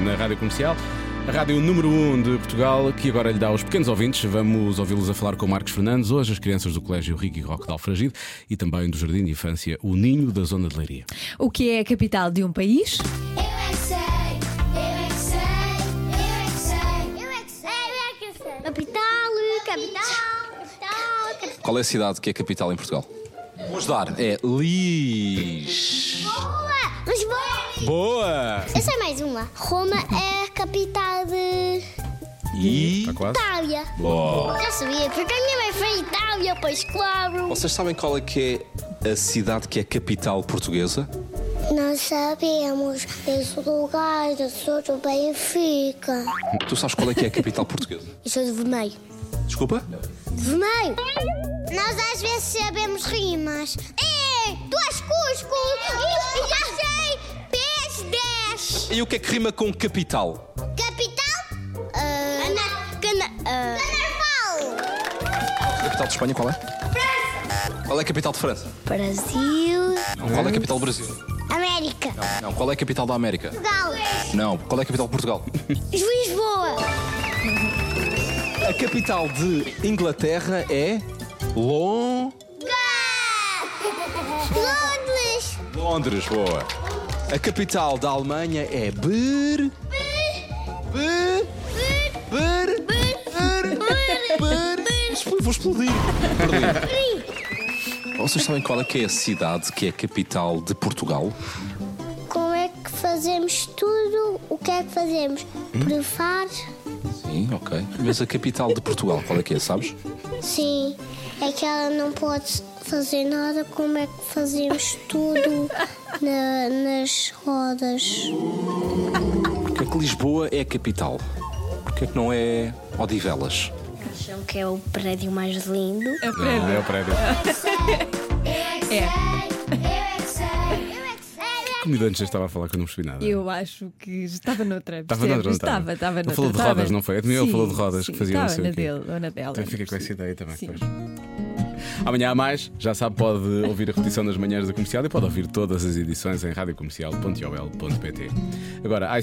na Rádio Comercial. A rádio número 1 um de Portugal, que agora lhe dá aos pequenos ouvintes. Vamos ouvi-los a falar com o Marcos Fernandes, hoje as crianças do Colégio Rico e Roque de Alfragide e também do Jardim de Infância, o Ninho da Zona de Leiria. O que é a capital de um país? Eu é que sei, eu é que sei, eu é que sei, eu é que sei, eu é que sei. Capital, capital, capital, capital. Qual é a cidade que é capital em Portugal? Vou ajudar. É Lis. Boa! Lisboa! Boa! Eu sei mais uma. Roma é a capital de E. Está quase? Itália. Boa. Já sabia, porque a minha mãe foi à Itália, pois claro. Vocês sabem qual é que é a cidade que é capital portuguesa? Nós sabemos esse lugar, eu sou do Benfica. Tu sabes qual é que é a capital portuguesa? Eu sou de vermelho. Desculpa? Vermelho. Nós às vezes sabemos rimas. É, tu és Cusco. Eu já sei. um Pés 10. E o que é que rima com capital? Capital? Ana. Cana. ah. Carnaval. A capital de Espanha qual é? Qual é a capital de França? Brasil. Não. Qual é a capital do Brasil? América. Não. Qual é a capital da América? Portugal. Não. Qual é a capital de Portugal? Lisboa. A capital de Inglaterra é. Lon... Londres. Londres. Boa. A capital da Alemanha é. Ber. Ber. Ber. Ber. Ber. Expl- Vou explodir. Perdi. Vocês sabem qual é que é a cidade que é a capital de Portugal? Como é que fazemos tudo? O que é que fazemos? Provar? Sim, ok. Mas a capital de Portugal, qual é que é, sabes? Sim. É que ela não pode fazer nada. Como é que fazemos tudo na- nas rodas? Porque é que Lisboa é a capital? Porque é que não é Odivelas? Acham que é o prédio mais lindo? É Não, o prédio. é o prédio. É. Comida antes eu estava a falar que eu não percebi nada. Eu acho que estava noutra. Estava percebes? noutra, não estava? Estava, estava Ele noutra. falou de estava- rodas, não foi? Ele Sim, falou de rodas que sim, fazia não estava sei o quê. na dele ou na dela. Então fica com essa ideia também. Sim. pois. Amanhã há mais, já sabe, pode ouvir a repetição das manhãs da comercial e pode ouvir todas as edições em radiocomercial.ol.pt. Agora,